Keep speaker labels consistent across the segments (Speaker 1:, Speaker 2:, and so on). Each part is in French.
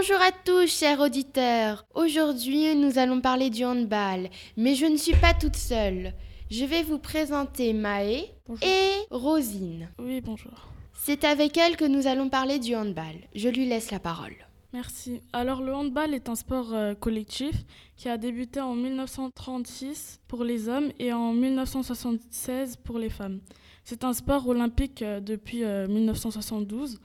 Speaker 1: Coucou chers auditeurs, aujourd'hui nous allons parler du handball, mais je ne suis pas toute seule. Je vais vous présenter Maë
Speaker 2: Bonjour.
Speaker 1: et Rosine.
Speaker 2: Oui, bonjour.
Speaker 1: C'est avec elle que nous allons parler du handball. Je lui laisse la parole.
Speaker 2: Merci. Alors le handball est un sport euh, collectif qui a débuté en 1936 pour les hommes et en 1976 pour les femmes. C'est un sport olympique euh, depuis euh, 1972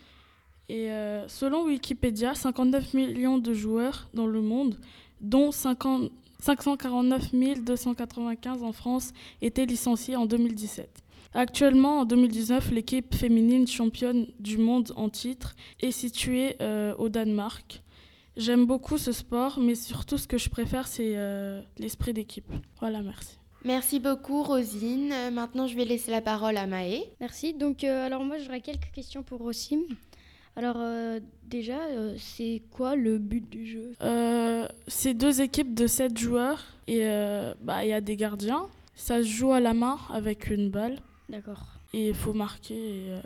Speaker 2: et euh, selon Wikipédia, 59 millions de joueurs dans le monde, dont 50 549 295 en France, étaient licenciés en 2017. Actuellement, en 2019, l'équipe féminine championne du monde en titre est située euh, au Danemark. J'aime beaucoup ce sport, mais surtout ce que je préfère, c'est euh, l'esprit d'équipe. Voilà, merci.
Speaker 1: Merci beaucoup Rosine. Euh, Maintenant je vais laisser la parole à Maë.
Speaker 3: Merci. Donc, euh, alors moi, j'aurais quelques questions pour Rossim. Alors, euh, déjà, euh, c'est quoi le but du jeu
Speaker 2: Euh, c'est deux équipes de 7 joueurs et euh, bah, il y a des gardiens. Ça se joue à la main avec une balle
Speaker 3: D'accord.
Speaker 2: et il faut marquer. et, euh,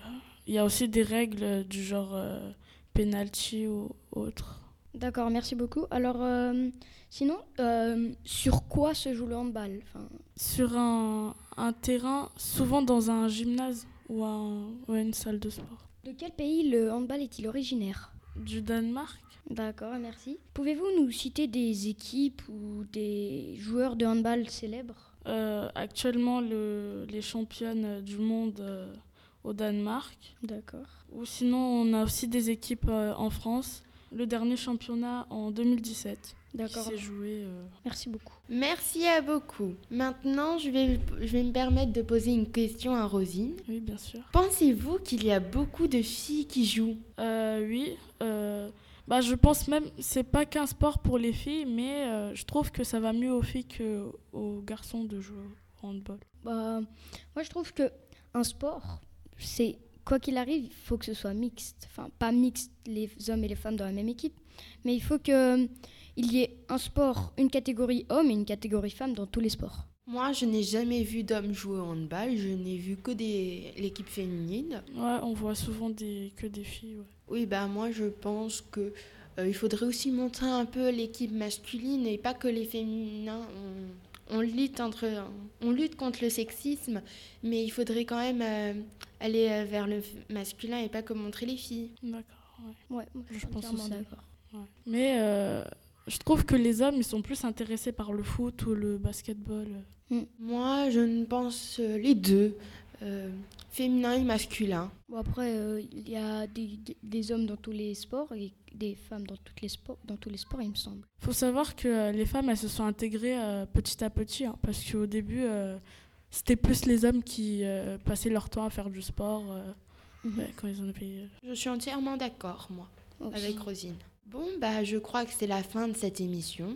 Speaker 2: Il y a aussi des règles euh, du genre euh, penalty ou autre.
Speaker 3: D'accord, merci beaucoup. Alors, euh, sinon, euh, sur quoi se joue le handball enfin,
Speaker 2: Sur un, un terrain, souvent dans un gymnase ou, un- ou une salle de sport.
Speaker 3: De quel pays le handball est-il originaire
Speaker 2: Du Danemark
Speaker 3: D'accord, merci. Pouvez-vous nous citer des équipes ou des joueurs de handball célèbres
Speaker 2: Euh, actuellement le- les championnes du monde euh, au Danemark.
Speaker 3: D'accord.
Speaker 2: Ou sinon, on a aussi des équipes euh, en France. Le dernier championnat en 2017 qui
Speaker 3: D'accord.
Speaker 2: s'est joué. euh,
Speaker 3: Merci beaucoup.
Speaker 1: Merci à beaucoup. Maintenant je vais, je vais me permettre de poser une question à Rosine.
Speaker 2: Oui, bien sûr.
Speaker 1: Pensez-vous qu'il y a beaucoup de filles qui jouent
Speaker 2: Euh, oui. euh, bah, je pense même c'est pas qu'un sport pour les filles, mais euh, je trouve que ça va mieux aux filles qu'aux garçons de jouer au handball.
Speaker 3: Bah, moi, je trouve que un sport, c'est quoi qu'il arrive, il faut que ce soit mixte. Enfin, pas mixte, les hommes et les femmes dans la même équipe, mais il faut que euh, il y ait un sport, une catégorie homme et une catégorie femme dans tous les sports.
Speaker 1: Moi, je n'ai jamais vu d'hommes jouer au handball, je n'ai vu que des... l'équipe féminine.
Speaker 2: Ouais, on voit souvent des, que des filles. ouais.
Speaker 1: Oui, bah moi, je pense que euh, il faudrait aussi montrer un peu l'équipe masculine et pas que les féminins. On, on lutte entre, on lutte contre le sexisme, mais il faudrait quand même euh, aller euh, vers le f- masculin et pas que montrer les filles.
Speaker 2: D'accord. ouais.
Speaker 3: Ouais, moi, je,
Speaker 2: Je
Speaker 3: suis
Speaker 2: pense
Speaker 3: entièrement
Speaker 2: aussi.
Speaker 3: d'accord.
Speaker 2: Ouais. Mais euh, je trouve que les hommes, ils sont plus intéressés par le foot ou le basketball.
Speaker 1: Moi, je ne pense euh, les deux, euh, féminin et masculin.
Speaker 3: Bon, après, euh, il y a des, des hommes dans tous les sports et des femmes dans, toutes les sports, dans tous les sports, il me semble.
Speaker 2: faut savoir que euh, les femmes, elles se sont intégrées euh, petit à petit, hein, parce qu'au début, euh, c'était plus les hommes qui euh, passaient leur temps à faire du sport euh, ouais, quand ils en avaient.
Speaker 1: Je suis entièrement d'accord, moi.
Speaker 3: Aussi.
Speaker 1: avec Rosine. Bon, bah, je crois que c'est la fin de cette émission.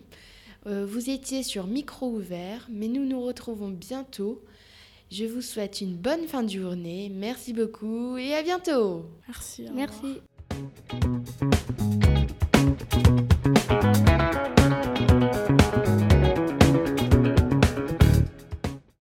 Speaker 1: Euh, vous étiez sur micro ouvert, mais nous nous retrouvons bientôt. Je vous souhaite une bonne fin de journée. Merci beaucoup et à bientôt.
Speaker 2: Merci. au revoir.
Speaker 3: Merci.